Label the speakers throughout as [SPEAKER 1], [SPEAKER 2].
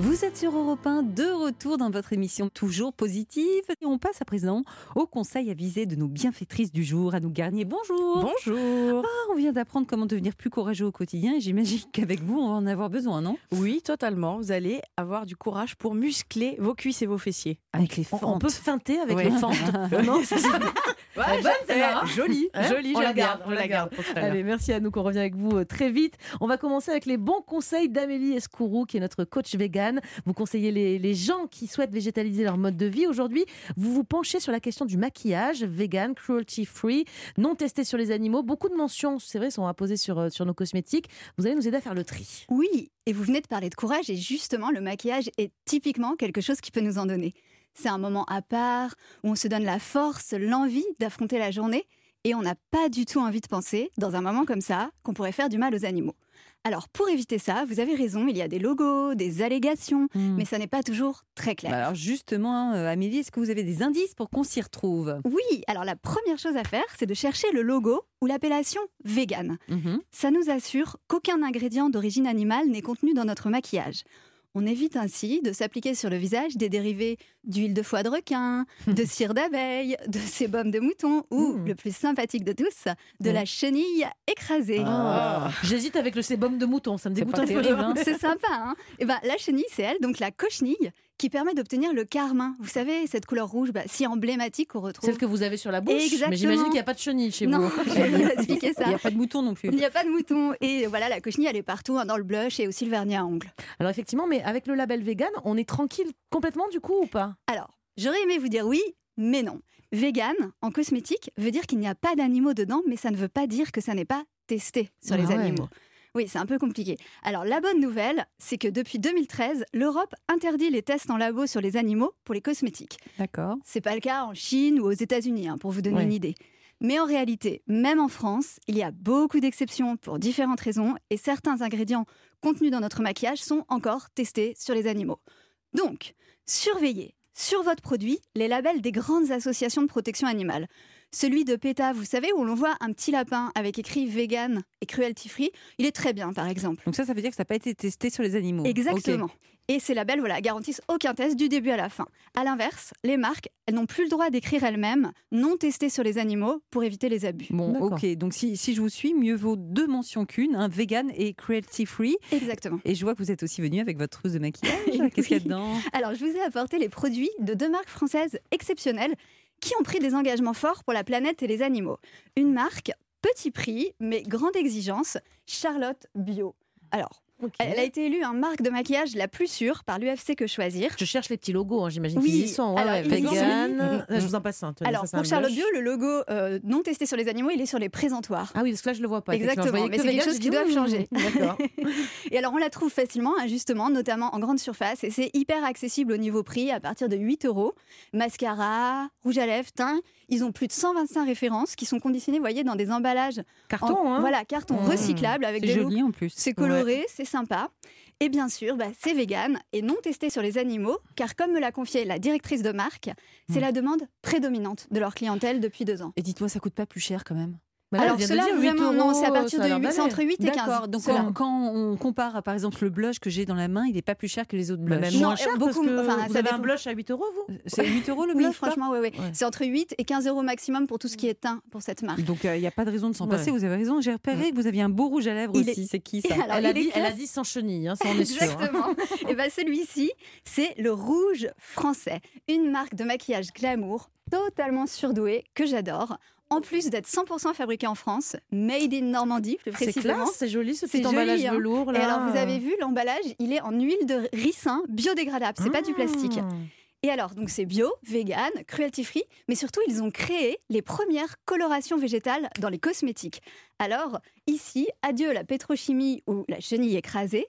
[SPEAKER 1] Vous êtes sur Europe 1, de retour dans votre émission toujours positive. Et on passe à présent au conseil avisé de nos bienfaitrices du jour, à nous Garnier. Bonjour
[SPEAKER 2] Bonjour
[SPEAKER 1] Ah, On vient d'apprendre comment devenir plus courageux au quotidien et j'imagine qu'avec vous, on va en avoir besoin, non
[SPEAKER 2] Oui, totalement. Vous allez avoir du courage pour muscler vos cuisses et vos fessiers.
[SPEAKER 1] Avec les
[SPEAKER 3] On, on peut feinter avec
[SPEAKER 2] Ouais. eh,
[SPEAKER 3] les fentes. non
[SPEAKER 2] Ouais, bonne
[SPEAKER 3] celle-là,
[SPEAKER 2] Jolie,
[SPEAKER 3] Hein
[SPEAKER 2] jolie,
[SPEAKER 3] On
[SPEAKER 2] je
[SPEAKER 3] la
[SPEAKER 2] bien,
[SPEAKER 3] garde, on
[SPEAKER 2] je
[SPEAKER 3] la garde
[SPEAKER 2] pour tout à l'heure.
[SPEAKER 3] Allez, merci à nous qu'on revient avec vous euh, très vite. On va commencer avec les bons conseils d'Amélie Escourou, qui est notre coach vegan. Vous conseillez les, les gens qui souhaitent végétaliser leur mode de vie. Aujourd'hui, vous vous penchez sur la question du maquillage vegan, cruelty free, non testé sur les animaux. Beaucoup de mentions, c'est vrai, sont apposées sur, euh, sur nos cosmétiques. Vous allez nous aider à faire le tri.
[SPEAKER 4] Oui, et vous venez de parler de courage, et justement, le maquillage est typiquement quelque chose qui peut nous en donner. C'est un moment à part où on se donne la force, l'envie d'affronter la journée, et on n'a pas du tout envie de penser, dans un moment comme ça, qu'on pourrait faire du mal aux animaux. Alors, pour éviter ça, vous avez raison, il y a des logos, des allégations, mais ça n'est pas toujours très clair.
[SPEAKER 1] Mmh. Hmm. Bah alors justement, euh, Amélie, est-ce que vous avez des indices pour qu'on s'y retrouve
[SPEAKER 4] Oui, alors la première chose à faire, c'est de chercher le logo ou l'appellation vegan.
[SPEAKER 1] Mhm.
[SPEAKER 4] Ça nous assure qu'aucun ingrédient d'origine animale n'est contenu dans notre maquillage. On évite ainsi de s'appliquer sur le visage des dérivés d'huile de foie de requin, de cire d'abeille, de sébum de mouton ou,
[SPEAKER 3] Mm.
[SPEAKER 4] le plus sympathique de tous, de la chenille écrasée.
[SPEAKER 2] Ah.
[SPEAKER 3] J'hésite avec le sébum de mouton, ça me dégoûte
[SPEAKER 2] pas
[SPEAKER 3] un peu.
[SPEAKER 2] terrible,
[SPEAKER 3] hein.
[SPEAKER 4] C'est sympa, hein Et ben, La chenille, c'est elle, donc la cochenille, qui permet d'obtenir le carmin. Vous savez, cette couleur rouge bah, si emblématique qu'on retrouve.
[SPEAKER 3] Celle que vous avez sur la bouche, mais
[SPEAKER 4] Exactement.
[SPEAKER 3] j'imagine qu'il n'y a pas de chenille chez
[SPEAKER 4] Non,
[SPEAKER 3] vous.
[SPEAKER 4] je vais vous expliquer
[SPEAKER 1] Il
[SPEAKER 4] ça.
[SPEAKER 1] n'y a pas de mouton non plus.
[SPEAKER 4] Il n'y a pas de mouton. Et voilà, la cochenille, elle est partout, hein, dans le blush et aussi le vernis à ongles.
[SPEAKER 3] Alors effectivement, mais avec le label vegan, on est tranquille complètement du coup ou pas
[SPEAKER 4] Alors, j'aurais aimé vous dire oui, mais non. Vegan, en cosmétique, veut dire qu'il n'y a pas d'animaux dedans, mais ça ne veut pas dire que ça n'est pas testé sur les
[SPEAKER 3] Ah ouais.
[SPEAKER 4] animaux. Oui, c'est un peu compliqué. Alors, la bonne nouvelle, c'est que depuis 2013, l'Europe interdit les tests en labo sur les animaux pour les cosmétiques.
[SPEAKER 1] D'accord.
[SPEAKER 4] C'est pas le cas en Chine ou aux États-Unis, hein, pour vous donner
[SPEAKER 3] Ouais.
[SPEAKER 4] une idée. Mais en réalité, même en France, il y a beaucoup d'exceptions pour différentes raisons et certains ingrédients contenus dans notre maquillage sont encore testés sur les animaux. Donc, surveillez sur votre produit les labels des grandes associations de protection animale. Celui de PETA, vous savez, où l'on voit un petit lapin avec écrit vegan et cruelty free, il est très bien par exemple.
[SPEAKER 1] Donc ça, ça veut dire que ça n'a pas été testé sur les animaux.
[SPEAKER 4] Exactement. Et ces labels voilà, garantissent aucun test du début à la fin. À l'inverse, les marques, elles n'ont plus le droit d'écrire elles-mêmes non testées sur les animaux pour éviter les abus.
[SPEAKER 1] Ok. Bon,
[SPEAKER 3] D'accord.
[SPEAKER 1] ok. Donc si, si je vous suis, mieux vaut deux mentions qu'une, hein, vegan et cruelty free.
[SPEAKER 3] Mmh.
[SPEAKER 4] Exactement.
[SPEAKER 1] Et je vois que vous êtes aussi venu avec votre trousse de maquillage. Qu'est-ce qu'il y a
[SPEAKER 4] Oui.
[SPEAKER 1] dedans
[SPEAKER 4] Alors, je vous ai apporté les produits de deux marques françaises exceptionnelles qui ont pris des engagements forts pour la planète et les animaux. Une marque, petit prix, mais grande exigence, Charlotte Bio. Alors, elle a été élue un marque de maquillage la plus sûre par l'UFC Que Choisir.
[SPEAKER 3] Je cherche les petits logos, hein, j'imagine
[SPEAKER 4] Oui,
[SPEAKER 3] qu'ils y sont. ouais,
[SPEAKER 4] alors,
[SPEAKER 3] ouais,
[SPEAKER 4] ils y sont.
[SPEAKER 3] vegan.
[SPEAKER 2] Mhm.
[SPEAKER 3] Euh, Je vous en passe un. tenez,
[SPEAKER 4] Alors,
[SPEAKER 3] ça, c'est
[SPEAKER 4] pour
[SPEAKER 3] un
[SPEAKER 4] Charlotte
[SPEAKER 3] blush.
[SPEAKER 4] Bio, le logo euh, non testé sur les animaux, il est sur les présentoirs.
[SPEAKER 3] Ah oui, parce que là, je le vois pas. effectivement. Je
[SPEAKER 4] Exactement,
[SPEAKER 3] voyais
[SPEAKER 4] mais
[SPEAKER 3] que
[SPEAKER 4] c'est quelque
[SPEAKER 3] vegan,
[SPEAKER 4] chose
[SPEAKER 3] je
[SPEAKER 4] qui
[SPEAKER 3] dis,
[SPEAKER 4] doit
[SPEAKER 3] ouh,
[SPEAKER 4] changer.
[SPEAKER 3] D'accord.
[SPEAKER 4] Et alors, on la trouve facilement, hein, justement, notamment en grande surface. Et c'est hyper accessible au niveau prix, à partir de 8 euros. Mascara, rouge à lèvres, teint. Ils ont plus de 125 références qui sont conditionnées, vous voyez, dans des emballages. en-
[SPEAKER 3] Carton, hein
[SPEAKER 4] Voilà, carton
[SPEAKER 3] Mmh.
[SPEAKER 4] recyclable avec
[SPEAKER 1] C'est
[SPEAKER 4] des looks.
[SPEAKER 1] joli en plus.
[SPEAKER 4] C'est coloré, c'est sympa. Et bien sûr, bah, c'est vegan et non testé sur les animaux, car comme me l'a confié la directrice de marque, c'est
[SPEAKER 3] Mmh.
[SPEAKER 4] la demande prédominante de leur clientèle depuis deux ans.
[SPEAKER 1] Et dites-moi, ça coûte pas plus cher quand même
[SPEAKER 3] Bah,
[SPEAKER 4] Alors,
[SPEAKER 3] elle vient de
[SPEAKER 4] cela,
[SPEAKER 3] dire 8
[SPEAKER 4] vraiment, non, c'est à
[SPEAKER 3] euros,
[SPEAKER 4] partir
[SPEAKER 3] ça a
[SPEAKER 4] de
[SPEAKER 3] l'air
[SPEAKER 4] 8, c'est
[SPEAKER 3] d'aller.
[SPEAKER 4] entre 8 et 15.
[SPEAKER 1] D'accord, donc
[SPEAKER 4] Cela.
[SPEAKER 1] quand, quand on compare, par exemple, le blush que j'ai dans la main, il n'est pas plus cher que les autres
[SPEAKER 3] Bah,
[SPEAKER 1] blushs.
[SPEAKER 3] même
[SPEAKER 4] Non,
[SPEAKER 3] moins cher,
[SPEAKER 4] beaucoup-
[SPEAKER 3] parce que
[SPEAKER 4] enfin,
[SPEAKER 3] vous
[SPEAKER 4] ça
[SPEAKER 3] avez un
[SPEAKER 4] dépend.
[SPEAKER 3] blush à 8 euros, vous
[SPEAKER 1] C'est 8 euros le
[SPEAKER 4] Oui,
[SPEAKER 1] blush là
[SPEAKER 4] franchement, oui, oui.
[SPEAKER 3] Ouais.
[SPEAKER 4] C'est entre 8 et 15 euros maximum pour tout ce qui est teint pour cette marque.
[SPEAKER 1] Donc il n'y a pas de raison de s'en
[SPEAKER 3] Ouais.
[SPEAKER 1] passer, vous avez raison. J'ai repéré que vous aviez un beau rouge à lèvres
[SPEAKER 4] Il est-
[SPEAKER 1] aussi. C'est qui ça
[SPEAKER 4] Alors,
[SPEAKER 3] elle, a
[SPEAKER 4] il est
[SPEAKER 3] dit, elle a
[SPEAKER 4] classe-
[SPEAKER 3] dit sans chenille, hein, ça on est sûr. hein.
[SPEAKER 4] Exactement. et bien, celui-ci, c'est le Rouge Français, une marque de maquillage glamour totalement surdouée que j'adore. En plus d'être 100% fabriqué en France, made in Normandie plus
[SPEAKER 3] C'est
[SPEAKER 4] précisément.
[SPEAKER 3] classe, c'est joli ce
[SPEAKER 4] C'est
[SPEAKER 3] petit
[SPEAKER 4] joli,
[SPEAKER 3] emballage
[SPEAKER 4] hein.
[SPEAKER 3] velours.
[SPEAKER 4] Et
[SPEAKER 3] Là.
[SPEAKER 4] alors, vous avez vu, l'emballage, il est en huile de ricin biodégradable, c'est pas du
[SPEAKER 3] Ah.
[SPEAKER 4] plastique. Et alors, donc c'est bio, vegan, cruelty free, mais surtout ils ont créé les premières colorations végétales dans les cosmétiques. Alors, ici, adieu la pétrochimie ou la chenille écrasée.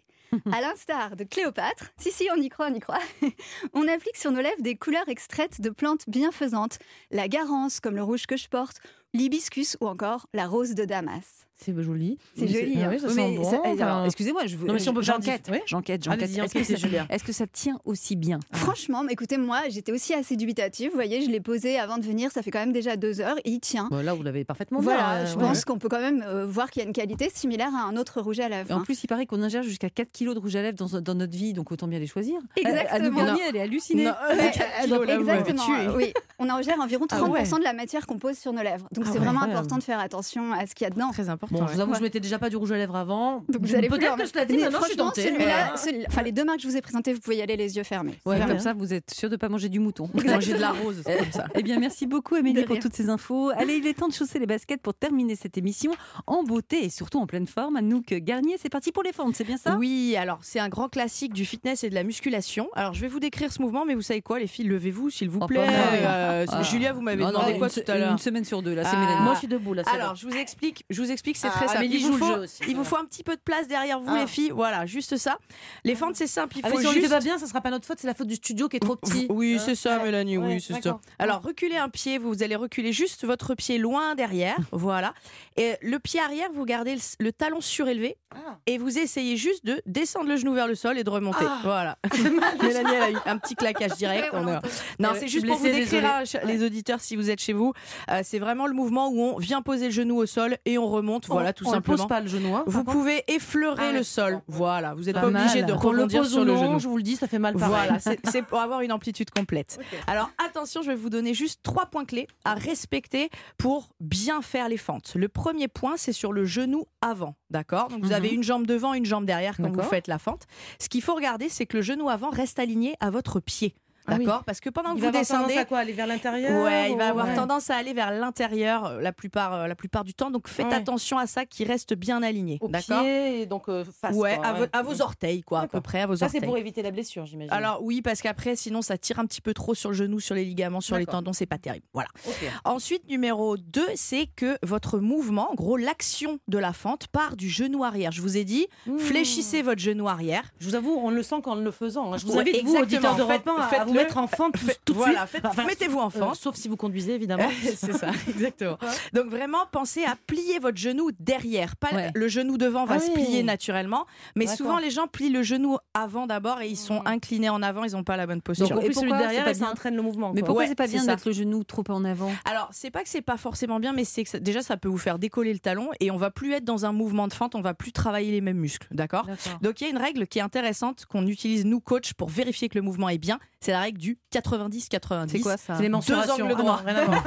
[SPEAKER 4] À l'instar de Cléopâtre, si si, on y croit, on y croit, on applique sur nos lèvres des couleurs extraites de plantes bienfaisantes. La garance, comme le rouge que je porte, l'hibiscus ou encore la rose de Damas.
[SPEAKER 3] C'est joli.
[SPEAKER 4] C'est
[SPEAKER 3] Mais
[SPEAKER 4] joli,
[SPEAKER 3] ah
[SPEAKER 4] hein.
[SPEAKER 3] oui, ça
[SPEAKER 1] Oui,
[SPEAKER 3] sent
[SPEAKER 1] mais
[SPEAKER 3] bon.
[SPEAKER 1] ça- alors,
[SPEAKER 3] enfin,
[SPEAKER 1] excusez-moi, je veux.
[SPEAKER 2] Non, mais si on peut faire
[SPEAKER 1] j'enquête,
[SPEAKER 2] dix- oui.
[SPEAKER 1] j'enquête, j'enquête.
[SPEAKER 2] Allez-y,
[SPEAKER 1] Est-ce que,
[SPEAKER 2] enquêtez,
[SPEAKER 1] ça-
[SPEAKER 2] Julien.
[SPEAKER 1] est-ce que ça tient aussi bien
[SPEAKER 4] Franchement, mais écoutez, moi, j'étais aussi assez dubitative. Vous voyez, je l'ai posé avant de venir, ça fait quand même déjà deux heures, il tient.
[SPEAKER 3] bon, là, vous l'avez parfaitement
[SPEAKER 4] Voilà,
[SPEAKER 3] bien,
[SPEAKER 4] je
[SPEAKER 3] euh,
[SPEAKER 4] pense qu'on peut quand même euh, voir qu'il y a une qualité similaire à un autre rouge à
[SPEAKER 1] Et
[SPEAKER 4] lèvres.
[SPEAKER 1] En
[SPEAKER 4] hein.
[SPEAKER 1] plus, il paraît qu'on ingère jusqu'à 4 kilos de rouge à lèvres dans, dans notre vie, donc autant bien les choisir.
[SPEAKER 4] Exactement.
[SPEAKER 1] Anne Garnier, elle est hallucinée.
[SPEAKER 2] euh,
[SPEAKER 4] Ouais,
[SPEAKER 2] Elle doit pas vous avoir
[SPEAKER 4] euh, Exactement, euh,
[SPEAKER 2] tué.
[SPEAKER 4] oui. On ingère environ 30%
[SPEAKER 2] Ah ouais.
[SPEAKER 4] de la matière qu'on pose sur nos lèvres. Donc
[SPEAKER 2] Ah
[SPEAKER 4] c'est
[SPEAKER 2] ouais,
[SPEAKER 4] vraiment
[SPEAKER 1] incroyable.
[SPEAKER 4] important de faire attention à ce qu'il y a dedans.
[SPEAKER 2] Très
[SPEAKER 3] Bon,
[SPEAKER 2] important.
[SPEAKER 3] je
[SPEAKER 2] ouais.
[SPEAKER 3] vous avoue, je mettais déjà pas du rouge à lèvres avant.
[SPEAKER 4] Donc vous allez
[SPEAKER 3] Peut-être
[SPEAKER 4] pleurer.
[SPEAKER 3] que je te l'ai dit,
[SPEAKER 4] Mais
[SPEAKER 3] maintenant je suis
[SPEAKER 4] franchement,
[SPEAKER 3] tentée.
[SPEAKER 4] celui-là,
[SPEAKER 3] Ouais.
[SPEAKER 4] celui- enfin, les deux marques que je vous ai présentées, vous pouvez y aller les yeux fermés.
[SPEAKER 3] Ouais,
[SPEAKER 4] Vraiment.
[SPEAKER 1] Comme ça, vous êtes sûr de ne pas manger du mouton.
[SPEAKER 2] Manger de la rose, c'est comme ça.
[SPEAKER 1] Eh bien, merci beaucoup Amélie
[SPEAKER 4] De
[SPEAKER 1] pour
[SPEAKER 4] rien.
[SPEAKER 1] toutes ces infos. Allez, il est temps de chausser les baskets pour terminer cette émission en beauté et surtout en pleine forme. Anouk Garnier, c'est parti pour les fentes, c'est bien ça
[SPEAKER 2] Oui, alors c'est un grand classique du fitness et de la musculation. Alors je vais vous décrire ce mouvement, mais vous savez quoi, les filles, levez-vous s'il vous
[SPEAKER 1] Oh,
[SPEAKER 2] plaît.
[SPEAKER 1] pas mal.
[SPEAKER 2] Euh,
[SPEAKER 1] Ah.
[SPEAKER 2] Julia, vous m'avez
[SPEAKER 1] Non, non,
[SPEAKER 2] demandé
[SPEAKER 1] une
[SPEAKER 2] quoi
[SPEAKER 1] se-
[SPEAKER 2] tout à l'heure
[SPEAKER 1] Une semaine sur deux, là, c'est
[SPEAKER 2] Ah.
[SPEAKER 1] Mélanie.
[SPEAKER 3] Moi, je suis debout là. c'est
[SPEAKER 2] Alors, je vous explique, je vous explique, c'est
[SPEAKER 3] Ah,
[SPEAKER 2] très simple.
[SPEAKER 3] Amélie
[SPEAKER 2] il vous
[SPEAKER 3] joue le
[SPEAKER 2] faut,
[SPEAKER 3] jeu aussi,
[SPEAKER 2] il vous
[SPEAKER 3] voilà.
[SPEAKER 2] faut un petit peu de place derrière vous,
[SPEAKER 3] Ah.
[SPEAKER 2] les filles. Voilà, juste ça. Les fentes, c'est simple. Il
[SPEAKER 3] bon. Ah,
[SPEAKER 2] faut
[SPEAKER 3] mais si on le fait
[SPEAKER 2] juste.
[SPEAKER 3] pas bien, ça sera pas notre faute, c'est la faute du studio qui est trop petit.
[SPEAKER 2] Oui,
[SPEAKER 3] Hein
[SPEAKER 2] c'est ça,
[SPEAKER 3] Ouais.
[SPEAKER 2] Mélanie.
[SPEAKER 3] Ouais,
[SPEAKER 2] oui, c'est ça.
[SPEAKER 3] d'accord.
[SPEAKER 2] Alors, reculez un pied. Vous allez reculer juste votre pied loin derrière. voilà. Et le pied arrière, vous gardez le, le talon surélevé
[SPEAKER 3] Ah.
[SPEAKER 2] et vous essayez juste de descendre le genou vers le sol et de remonter.
[SPEAKER 3] Ah.
[SPEAKER 2] Voilà. Mélanie, elle a eu un petit claquage direct. on est- Non,
[SPEAKER 3] Ouais,
[SPEAKER 2] c'est
[SPEAKER 3] je
[SPEAKER 2] juste
[SPEAKER 3] suis
[SPEAKER 2] pour vous
[SPEAKER 3] blessée,
[SPEAKER 2] décrire,
[SPEAKER 3] désolée.
[SPEAKER 2] hein, ch- les auditeurs, si vous êtes chez vous. Euh, c'est vraiment le mouvement où on vient poser le genou au sol et on remonte. Voilà, tout
[SPEAKER 3] on le
[SPEAKER 2] simplement.
[SPEAKER 3] pose pas le genou. hein, par
[SPEAKER 2] Vous
[SPEAKER 3] contre.
[SPEAKER 2] pouvez effleurer
[SPEAKER 3] Ah,
[SPEAKER 2] le
[SPEAKER 3] oui.
[SPEAKER 2] sol. Voilà, vous n'êtes
[SPEAKER 3] Pas
[SPEAKER 2] pas
[SPEAKER 3] mal.
[SPEAKER 2] obligé de
[SPEAKER 3] Qu'on le
[SPEAKER 2] rebondir
[SPEAKER 3] pose
[SPEAKER 2] sur
[SPEAKER 3] ou
[SPEAKER 2] le
[SPEAKER 3] non,
[SPEAKER 2] genou.
[SPEAKER 3] Je vous le dis, ça fait mal. pareil.
[SPEAKER 2] Voilà, c'est c'est pour avoir une amplitude complète. Alors attention, je vais vous donner juste trois points clés à respecter pour bien faire les fentes. Le premier point, c'est sur le genou avant, d'accord Donc vous avez une jambe devant, une jambe derrière quand vous
[SPEAKER 3] Mhm. D'accord.
[SPEAKER 2] faites la fente. Ce qu'il faut regarder, c'est que le genou avant reste aligné à votre pied,
[SPEAKER 3] Ah oui.
[SPEAKER 2] d'accord Parce que pendant que
[SPEAKER 3] Il va
[SPEAKER 2] vous
[SPEAKER 3] avoir tendance
[SPEAKER 2] descendez,
[SPEAKER 3] à quoi Aller vers l'intérieur
[SPEAKER 2] Ouais, il va avoir
[SPEAKER 3] Ouais.
[SPEAKER 2] tendance à aller vers l'intérieur euh, la plupart, euh, la plupart du temps. Donc faites
[SPEAKER 3] Ouais.
[SPEAKER 2] attention à ça qui reste bien aligné.
[SPEAKER 3] Au
[SPEAKER 2] D'accord
[SPEAKER 3] pied et donc euh, face.
[SPEAKER 2] Ouais,
[SPEAKER 3] quoi,
[SPEAKER 2] à, vo- à vos orteils, quoi, à peu
[SPEAKER 3] D'accord.
[SPEAKER 2] près, à vos
[SPEAKER 3] Ça, c'est
[SPEAKER 2] orteils.
[SPEAKER 3] pour éviter la blessure, j'imagine.
[SPEAKER 2] Alors oui, parce qu'après, sinon, ça tire un petit peu trop sur le genou, sur les ligaments, sur les
[SPEAKER 3] D'accord.
[SPEAKER 2] tendons, c'est pas terrible. Voilà.
[SPEAKER 3] Ok.
[SPEAKER 2] Ensuite, numéro 2, c'est que votre mouvement, en gros, l'action de la fente part du genou arrière. Je vous ai dit,
[SPEAKER 3] Mmh.
[SPEAKER 2] fléchissez votre genou arrière.
[SPEAKER 3] Je vous avoue, on le sent qu'en le faisant. hein. Je vous
[SPEAKER 2] Ouais,
[SPEAKER 3] invite, vous,
[SPEAKER 2] exactement.
[SPEAKER 3] auditeurs d'Europe
[SPEAKER 2] Faites-
[SPEAKER 3] 1, à- à
[SPEAKER 2] faites-le.
[SPEAKER 3] vous mettre en fente tout,
[SPEAKER 2] Faites-
[SPEAKER 3] tout de suite.
[SPEAKER 2] voilà, faites-
[SPEAKER 3] Enfin,
[SPEAKER 2] mettez-vous en
[SPEAKER 3] euh,
[SPEAKER 2] fente.
[SPEAKER 3] sauf si vous conduisez, évidemment.
[SPEAKER 2] c'est ça, exactement. Donc vraiment, pensez à plier votre genou derrière. Pas le-
[SPEAKER 1] Ouais.
[SPEAKER 2] le genou devant va
[SPEAKER 3] Ah
[SPEAKER 2] se
[SPEAKER 3] oui.
[SPEAKER 2] plier naturellement, mais
[SPEAKER 3] D'accord. Mmh.
[SPEAKER 2] souvent les gens plient le genou avant d'abord et ils sont inclinés en avant, ils n'ont pas la bonne
[SPEAKER 3] Donc,
[SPEAKER 2] posture.
[SPEAKER 3] en
[SPEAKER 1] Et
[SPEAKER 3] plus,
[SPEAKER 1] pourquoi
[SPEAKER 3] celui de
[SPEAKER 1] c'est
[SPEAKER 3] derrière,
[SPEAKER 1] pas
[SPEAKER 3] et ça
[SPEAKER 1] bien
[SPEAKER 3] entraîne le mouvement.
[SPEAKER 1] Mais
[SPEAKER 3] quoi.
[SPEAKER 1] pourquoi
[SPEAKER 2] Ouais,
[SPEAKER 1] c'est pas bien de
[SPEAKER 2] c'est ça.
[SPEAKER 1] mettre le genou trop en avant
[SPEAKER 2] Alors c'est pas que c'est pas forcément bien, mais c'est que ça- déjà ça peut vous faire décoller le talon et on va plus être dans un mouvement de fente, on va plus travailler les mêmes muscles,
[SPEAKER 1] Oh,
[SPEAKER 2] d'accord
[SPEAKER 3] D'accord.
[SPEAKER 2] Donc il y a une règle qui est intéressante qu'on utilise nous coach pour vérifier que le mouvement est bien, c'est la règle du 90-90.
[SPEAKER 1] C'est quoi ça
[SPEAKER 3] C'est les mensurations.
[SPEAKER 2] angles
[SPEAKER 3] Ah non,
[SPEAKER 2] droits.
[SPEAKER 3] rien à voir.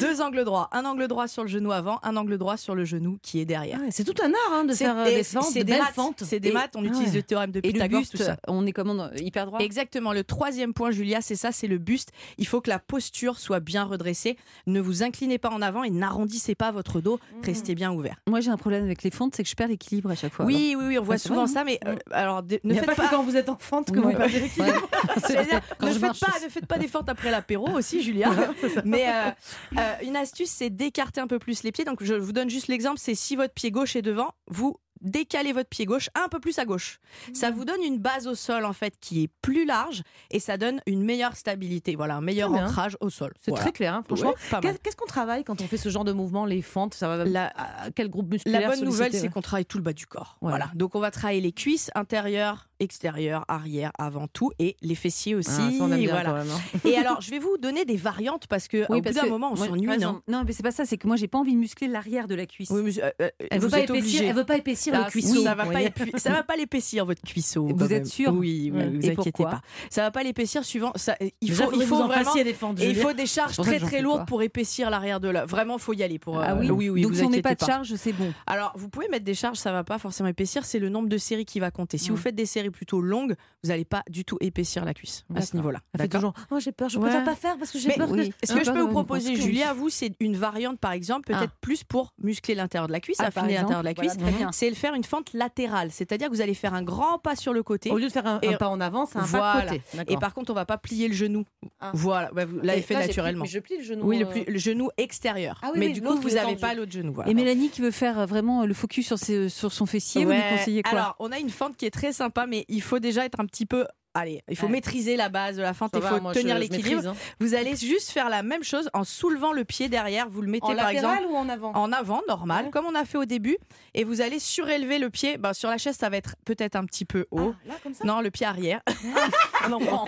[SPEAKER 2] Deux angles droits, un angle droit sur le genou avant, un angle droit sur le genou qui est derrière.
[SPEAKER 3] Ah ouais, C'est tout un art hein, de faire euh,
[SPEAKER 2] et
[SPEAKER 3] des fentes,
[SPEAKER 2] c'est
[SPEAKER 3] des belles
[SPEAKER 2] maths,
[SPEAKER 3] fentes.
[SPEAKER 2] C'est des
[SPEAKER 3] Et-
[SPEAKER 2] maths, on
[SPEAKER 3] Ah
[SPEAKER 2] utilise
[SPEAKER 3] ouais.
[SPEAKER 2] le théorème de
[SPEAKER 1] Et le
[SPEAKER 2] Pythagore, tout
[SPEAKER 1] buste,
[SPEAKER 2] ça.
[SPEAKER 1] on est comment dans- Hyper droit
[SPEAKER 2] Exactement, le troisième point, Julia, c'est ça, c'est le buste. Il faut que la posture soit bien redressée. Ne vous inclinez pas en avant et n'arrondissez pas votre dos. Restez bien ouvert.
[SPEAKER 1] Moi, j'ai un problème avec les fentes, c'est que je perds l'équilibre à chaque fois.
[SPEAKER 2] Mm. Oui, oui, oui,
[SPEAKER 3] bah,
[SPEAKER 2] on voit
[SPEAKER 1] Ouais, c'est
[SPEAKER 2] souvent
[SPEAKER 1] vrai,
[SPEAKER 2] ça, mais euh, alors de-
[SPEAKER 3] hein. Mm.
[SPEAKER 2] ne
[SPEAKER 3] Il n'y a
[SPEAKER 2] faites
[SPEAKER 3] pas
[SPEAKER 2] pas.
[SPEAKER 3] que quand vous êtes en fente que
[SPEAKER 1] Oui,
[SPEAKER 3] vous
[SPEAKER 1] ouais.
[SPEAKER 3] perdez
[SPEAKER 1] alors.
[SPEAKER 3] l'équilibre.
[SPEAKER 1] Ouais. C'est
[SPEAKER 2] C'est-à-dire,
[SPEAKER 1] vrai. Quand
[SPEAKER 2] ne,
[SPEAKER 1] je
[SPEAKER 2] faites
[SPEAKER 1] marche,
[SPEAKER 2] pas, ne faites pas des fentes après l'apéro aussi, Julia. Mais euh, euh, une astuce, c'est d'écarter un peu plus les pieds. Donc, je vous donne juste l'exemple c'est si votre pied gauche est devant, vous décalez votre pied gauche un peu plus à gauche.
[SPEAKER 3] Mm.
[SPEAKER 2] Ça vous donne une base au sol, en fait, qui est plus large et ça donne une meilleure stabilité. Voilà, un meilleur
[SPEAKER 3] Très bien.
[SPEAKER 2] ancrage au sol.
[SPEAKER 3] C'est
[SPEAKER 2] Voilà.
[SPEAKER 3] très clair, hein, franchement.
[SPEAKER 2] Ouais, pas mal.
[SPEAKER 3] Qu'est- Qu'est-ce qu'on travaille quand on fait ce genre de mouvement, les fentes ça va...
[SPEAKER 2] La- ah,
[SPEAKER 3] à Quel groupe musculaire
[SPEAKER 2] La bonne nouvelle,
[SPEAKER 3] solliciter,
[SPEAKER 2] c'est qu'on travaille tout le bas du corps.
[SPEAKER 3] Ouais.
[SPEAKER 2] Voilà. Donc, on va travailler les cuisses, intérieures, extérieures, arrière, avant tout, et les fessiers aussi.
[SPEAKER 3] ouais. Ah, ça, on aime bien
[SPEAKER 2] voilà.
[SPEAKER 3] quand même, hein.
[SPEAKER 2] Et alors, je vais vous donner des variantes parce que au bout
[SPEAKER 1] parce
[SPEAKER 2] d'un
[SPEAKER 1] que
[SPEAKER 2] moment, on
[SPEAKER 1] moi,
[SPEAKER 2] s'ennuie.
[SPEAKER 1] par
[SPEAKER 2] non
[SPEAKER 1] exemple- Non, mais c'est pas ça, c'est que moi, j'ai pas envie de muscler l'arrière de la cuisse.
[SPEAKER 2] Oui, mais, euh, euh,
[SPEAKER 3] Elle
[SPEAKER 2] vous
[SPEAKER 3] veut pas
[SPEAKER 2] êtes
[SPEAKER 3] épaissir,
[SPEAKER 2] obligé.
[SPEAKER 3] elle veut pas épaissir le
[SPEAKER 2] Ah,
[SPEAKER 3] cuisson.
[SPEAKER 2] ça va
[SPEAKER 3] vous
[SPEAKER 2] pas
[SPEAKER 3] voyez.
[SPEAKER 2] épu- ça va pas l'épaissir votre cuisseau.
[SPEAKER 1] Vous
[SPEAKER 2] quand
[SPEAKER 1] êtes
[SPEAKER 2] même.
[SPEAKER 1] sûr
[SPEAKER 2] Oui, oui,
[SPEAKER 3] Ouais.
[SPEAKER 2] vous
[SPEAKER 1] Et
[SPEAKER 2] inquiétez
[SPEAKER 1] pourquoi
[SPEAKER 2] pas. Ça va pas l'épaissir suivant. ça- euh, il
[SPEAKER 3] Déjà,
[SPEAKER 2] faut, il
[SPEAKER 3] faudrait que
[SPEAKER 2] faut
[SPEAKER 3] vous en
[SPEAKER 2] vraiment.
[SPEAKER 3] fassiez des fentes.
[SPEAKER 2] Et il
[SPEAKER 3] Julia.
[SPEAKER 2] faut des charges
[SPEAKER 1] C'est pour ça que
[SPEAKER 2] très
[SPEAKER 1] j'en
[SPEAKER 2] très
[SPEAKER 1] fais
[SPEAKER 2] lourdes
[SPEAKER 1] pas.
[SPEAKER 2] pour épaissir l'arrière de la. Vraiment, faut y aller pour. euh,
[SPEAKER 1] Ah oui,
[SPEAKER 2] oui,
[SPEAKER 1] Donc,
[SPEAKER 2] vous
[SPEAKER 1] si on
[SPEAKER 2] inquiétez
[SPEAKER 1] n'est pas de
[SPEAKER 2] pas.
[SPEAKER 1] charge, c'est bon.
[SPEAKER 2] Alors, vous pouvez mettre des charges, ça va pas forcément épaissir. C'est le nombre de séries qui va compter. Si
[SPEAKER 1] Mm.
[SPEAKER 2] vous faites des séries plutôt longues, vous n'allez pas du tout épaissir la cuisse à
[SPEAKER 1] D'accord.
[SPEAKER 2] ce niveau-là.
[SPEAKER 3] Elle fait
[SPEAKER 2] D'accord
[SPEAKER 3] toujours. Oh, j'ai peur, je
[SPEAKER 2] Ouais.
[SPEAKER 3] préfère pas faire parce que j'ai
[SPEAKER 2] Mais
[SPEAKER 3] peur que.
[SPEAKER 1] oui.
[SPEAKER 2] Ce
[SPEAKER 1] Ah,
[SPEAKER 2] que je peux
[SPEAKER 1] pardon,
[SPEAKER 2] vous proposer,
[SPEAKER 1] parce que-
[SPEAKER 2] Julia, à vous, c'est une variante, par exemple, peut-être plus pour muscler l'intérieur de la cuisse,
[SPEAKER 1] Ah, par
[SPEAKER 2] affiner l'intérieur de la
[SPEAKER 1] exemple,
[SPEAKER 2] cuisse.
[SPEAKER 1] voilà, très bien.
[SPEAKER 2] c'est le faire une fente latérale, c'est-à-dire que vous allez faire un grand pas sur le côté.
[SPEAKER 3] Au lieu de faire un, un
[SPEAKER 2] Et-
[SPEAKER 3] pas en avant, c'est un pas de
[SPEAKER 2] Voilà.
[SPEAKER 3] côté.
[SPEAKER 2] Et
[SPEAKER 3] Oh, D'accord.
[SPEAKER 2] par contre, on va pas plier le genou.
[SPEAKER 3] Ah.
[SPEAKER 2] Voilà, bah, vous l'avez fait naturellement.
[SPEAKER 3] je plie le genou. euh,
[SPEAKER 2] Oui, le, pli- le genou extérieur.
[SPEAKER 3] Ah oui,
[SPEAKER 2] mais
[SPEAKER 3] oui,
[SPEAKER 2] du coup,
[SPEAKER 3] l'autre,
[SPEAKER 2] vous
[SPEAKER 3] le
[SPEAKER 2] n'avez
[SPEAKER 3] temps
[SPEAKER 2] pas
[SPEAKER 3] de-
[SPEAKER 2] l'autre genou. voilà.
[SPEAKER 1] Et Mélanie qui veut faire euh, vraiment le focus sur, ses- sur son fessier, vous lui
[SPEAKER 2] Ouais.
[SPEAKER 1] conseillez quoi
[SPEAKER 2] Alors, on a une fente qui est très sympa, mais il faut déjà être un petit peu allez, il faut
[SPEAKER 3] Ouais.
[SPEAKER 2] maîtriser la base de la feinte,
[SPEAKER 3] Ça
[SPEAKER 2] il
[SPEAKER 3] va,
[SPEAKER 2] faut
[SPEAKER 3] moi, je-
[SPEAKER 2] tenir
[SPEAKER 3] je
[SPEAKER 2] l'équilibre.
[SPEAKER 3] maîtrise, hein.
[SPEAKER 2] Vous allez juste faire la même chose en soulevant le pied derrière. Vous le mettez
[SPEAKER 3] En
[SPEAKER 2] par exemple
[SPEAKER 3] latéral ou en avant
[SPEAKER 2] en avant, normal,
[SPEAKER 3] Ouais.
[SPEAKER 2] comme on a fait au début, et vous allez surélever le pied. Ben, sur la chaise, ça va être peut-être un petit peu haut.
[SPEAKER 3] Ah, là, comme ça
[SPEAKER 2] Non, le pied arrière.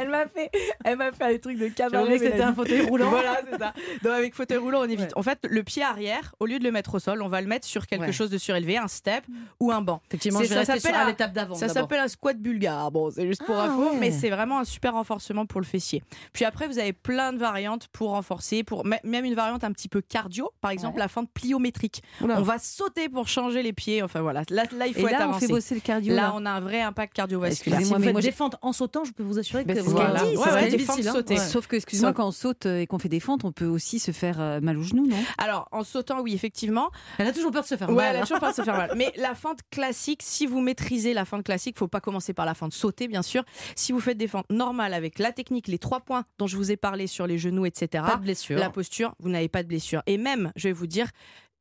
[SPEAKER 2] Elle m'a fait, elle m'a fait des trucs de
[SPEAKER 3] J'avais oublié que c'était un fauteuil roulant.
[SPEAKER 2] voilà, c'est ça. Donc avec fauteuil roulant, on évite.
[SPEAKER 3] Ouais.
[SPEAKER 2] En fait, le pied arrière, au lieu de le mettre au sol, on va le mettre sur quelque
[SPEAKER 3] Ouais.
[SPEAKER 2] chose de surélevé, un step ou un banc.
[SPEAKER 3] Effectivement,
[SPEAKER 2] C'est-
[SPEAKER 3] je vais
[SPEAKER 2] ça
[SPEAKER 3] rester sur-
[SPEAKER 2] s'appelle
[SPEAKER 3] à
[SPEAKER 2] un-
[SPEAKER 3] l'étape d'avant.
[SPEAKER 2] Ça
[SPEAKER 3] d'abord.
[SPEAKER 2] s'appelle un squat bulgare. Bon, c'est juste pour
[SPEAKER 3] Ah
[SPEAKER 2] info,
[SPEAKER 3] ouais.
[SPEAKER 2] mais c'est vraiment un super renforcement pour le fessier. Puis après, vous avez plein de variantes pour renforcer, pour m- même une variante un petit peu cardio, par exemple la fente pliométrique.
[SPEAKER 3] Oula.
[SPEAKER 2] On va sauter pour changer les pieds. Enfin voilà, là, là, il
[SPEAKER 1] Ah. Et
[SPEAKER 2] faut être
[SPEAKER 1] là, on
[SPEAKER 2] avancé.
[SPEAKER 1] fait bosser le cardio.
[SPEAKER 2] là, on a un vrai impact cardiovasculaire.
[SPEAKER 3] Si
[SPEAKER 1] Excusez-moi,
[SPEAKER 3] vous
[SPEAKER 1] mais
[SPEAKER 3] faites
[SPEAKER 1] moi, j'ai-
[SPEAKER 3] défendre en sautant, je peux vous assurer
[SPEAKER 1] Mais
[SPEAKER 3] que
[SPEAKER 1] c'est
[SPEAKER 3] vous
[SPEAKER 1] ce qu'elle
[SPEAKER 3] allez-
[SPEAKER 1] dit,
[SPEAKER 3] ça
[SPEAKER 1] ouais,
[SPEAKER 3] va
[SPEAKER 1] ouais,
[SPEAKER 3] être
[SPEAKER 2] défendre,
[SPEAKER 3] difficile. hein.
[SPEAKER 2] sauter.
[SPEAKER 3] Ouais.
[SPEAKER 1] Sauf que, excuse-moi,
[SPEAKER 2] Sauf-
[SPEAKER 1] quand on saute euh, et qu'on fait des fentes, on peut aussi se faire euh, mal au genou, non
[SPEAKER 2] Alors, en sautant, oui, effectivement.
[SPEAKER 3] Elle a toujours peur de se faire
[SPEAKER 2] Ouais,
[SPEAKER 3] mal.
[SPEAKER 2] elle a
[SPEAKER 3] hein.
[SPEAKER 2] toujours peur de se faire mal. Mais la fente classique, si vous maîtrisez la fente classique, faut pas commencer par la fente sautée, bien sûr. Si vous faites des fentes normales avec la technique, les trois points dont je vous ai parlé sur les genoux, etc.
[SPEAKER 3] Pas de blessure.
[SPEAKER 2] La posture, vous n'avez pas de blessure. Et même, je vais vous dire,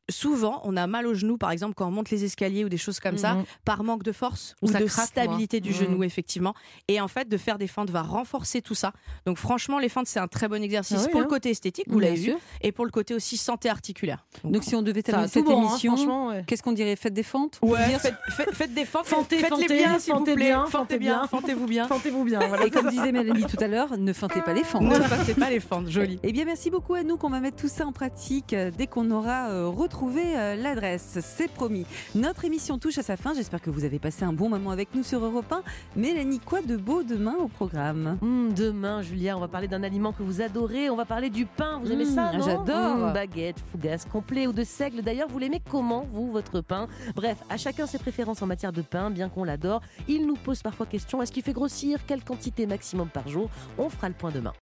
[SPEAKER 2] souvent, on a mal au genou, par exemple, quand on monte les escaliers ou des choses comme ça,
[SPEAKER 3] Mhm.
[SPEAKER 2] par manque de force
[SPEAKER 3] Ou
[SPEAKER 2] ou
[SPEAKER 3] ça
[SPEAKER 2] de
[SPEAKER 3] craque, Mhm.
[SPEAKER 2] stabilité
[SPEAKER 3] moi.
[SPEAKER 2] du genou, effectivement. Et en fait, de faire des fentes va renforcer tout ça. Donc, franchement, les fentes, c'est un très bon exercice
[SPEAKER 3] Ah oui,
[SPEAKER 2] pour
[SPEAKER 3] hein.
[SPEAKER 2] le côté esthétique, vous
[SPEAKER 1] Bien
[SPEAKER 2] l'avez vu,
[SPEAKER 1] sûr.
[SPEAKER 2] et pour le côté aussi santé articulaire.
[SPEAKER 1] Donc, si on devait
[SPEAKER 3] Ça a
[SPEAKER 1] terminer
[SPEAKER 3] tout
[SPEAKER 1] cette
[SPEAKER 3] bon, hein,
[SPEAKER 1] émission,
[SPEAKER 3] franchement, ouais.
[SPEAKER 1] qu'est-ce qu'on dirait Faites des fentes
[SPEAKER 2] Ouais, faites, faites- faites des fentes,
[SPEAKER 3] Fentez,
[SPEAKER 2] faites les
[SPEAKER 3] fentez,
[SPEAKER 2] bien, s'il vous
[SPEAKER 3] fentez
[SPEAKER 2] plaît.
[SPEAKER 3] bien, fentez
[SPEAKER 2] fentez
[SPEAKER 3] bien.
[SPEAKER 2] bien, fentez-vous bien.
[SPEAKER 3] Sentez-vous bien. voilà.
[SPEAKER 1] Et comme disait Mélanie tout à l'heure, ne feintez pas les fentes.
[SPEAKER 2] Ne fentez pas les fentes, joli.
[SPEAKER 1] Eh bien, merci beaucoup à nous qu'on va mettre tout ça en pratique euh, dès qu'on aura euh, retrouvé euh, l'adresse. C'est promis. Notre émission touche à sa fin. J'espère que vous avez passé un bon moment avec nous sur Europe 1. Mélanie, quoi de beau demain au programme
[SPEAKER 3] Hum, demain, Julia, on va parler d'un aliment que vous adorez. On va parler du pain. Vous aimez
[SPEAKER 1] Hum,
[SPEAKER 3] ça non
[SPEAKER 1] j'adore.
[SPEAKER 3] Hum, Baguette, fougasse, complet ou de seigle. D'ailleurs, vous l'aimez comment, vous, votre pain Bref, à chacun ses préférences en matière de pain, bien qu'on l'adore. Il nous pose parfois question est-ce qu'il fait grossir Quelle quantité maximum par jour On fera le point demain.